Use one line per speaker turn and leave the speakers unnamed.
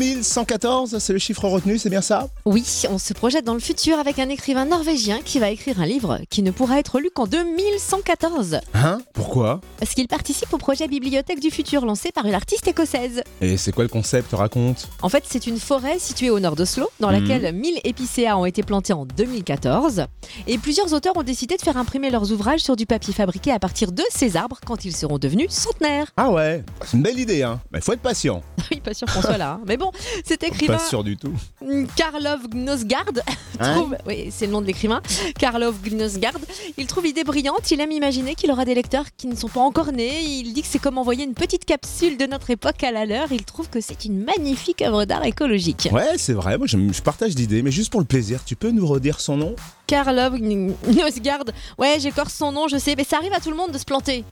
2114, c'est le chiffre retenu, c'est bien ça
Oui, on se projette dans le futur avec un écrivain norvégien qui va écrire un livre qui ne pourra être lu qu'en 2114.
Hein Pourquoi
Parce qu'il participe au projet Bibliothèque du futur lancé par une artiste écossaise.
Et c'est quoi le concept Raconte.
En fait, c'est une forêt située au nord d'Oslo, dans
Mhm.
laquelle 1000 épicéas ont été plantés en 2014. Et plusieurs auteurs ont décidé de faire imprimer leurs ouvrages sur du papier fabriqué à partir de ces arbres quand ils seront devenus centenaires.
Ah ouais, c'est une belle idée, hein. Mais faut être patient.
Oui, pas sûr qu'on soit là. hein. Mais bon, cet écrivain, hmm,
Pas sûr du tout.
Karlov Gnosgard,
Hein
trouve. Oui, c'est le nom de l'écrivain, Karlov Gnosgard. Il trouve idée brillante, il aime imaginer qu'il aura des lecteurs qui ne sont pas encore nés. Il dit que c'est comme envoyer une petite capsule de notre époque à la leur. Il trouve que c'est une magnifique œuvre d'art écologique.
Ouais, c'est vrai, moi j'aime- je partage d'idées, mais juste pour le plaisir, tu peux nous redire son nom
Karlov Gn- Gnosgard. Ouais, j'écorce son nom, je sais, mais ça arrive à tout le monde de se planter.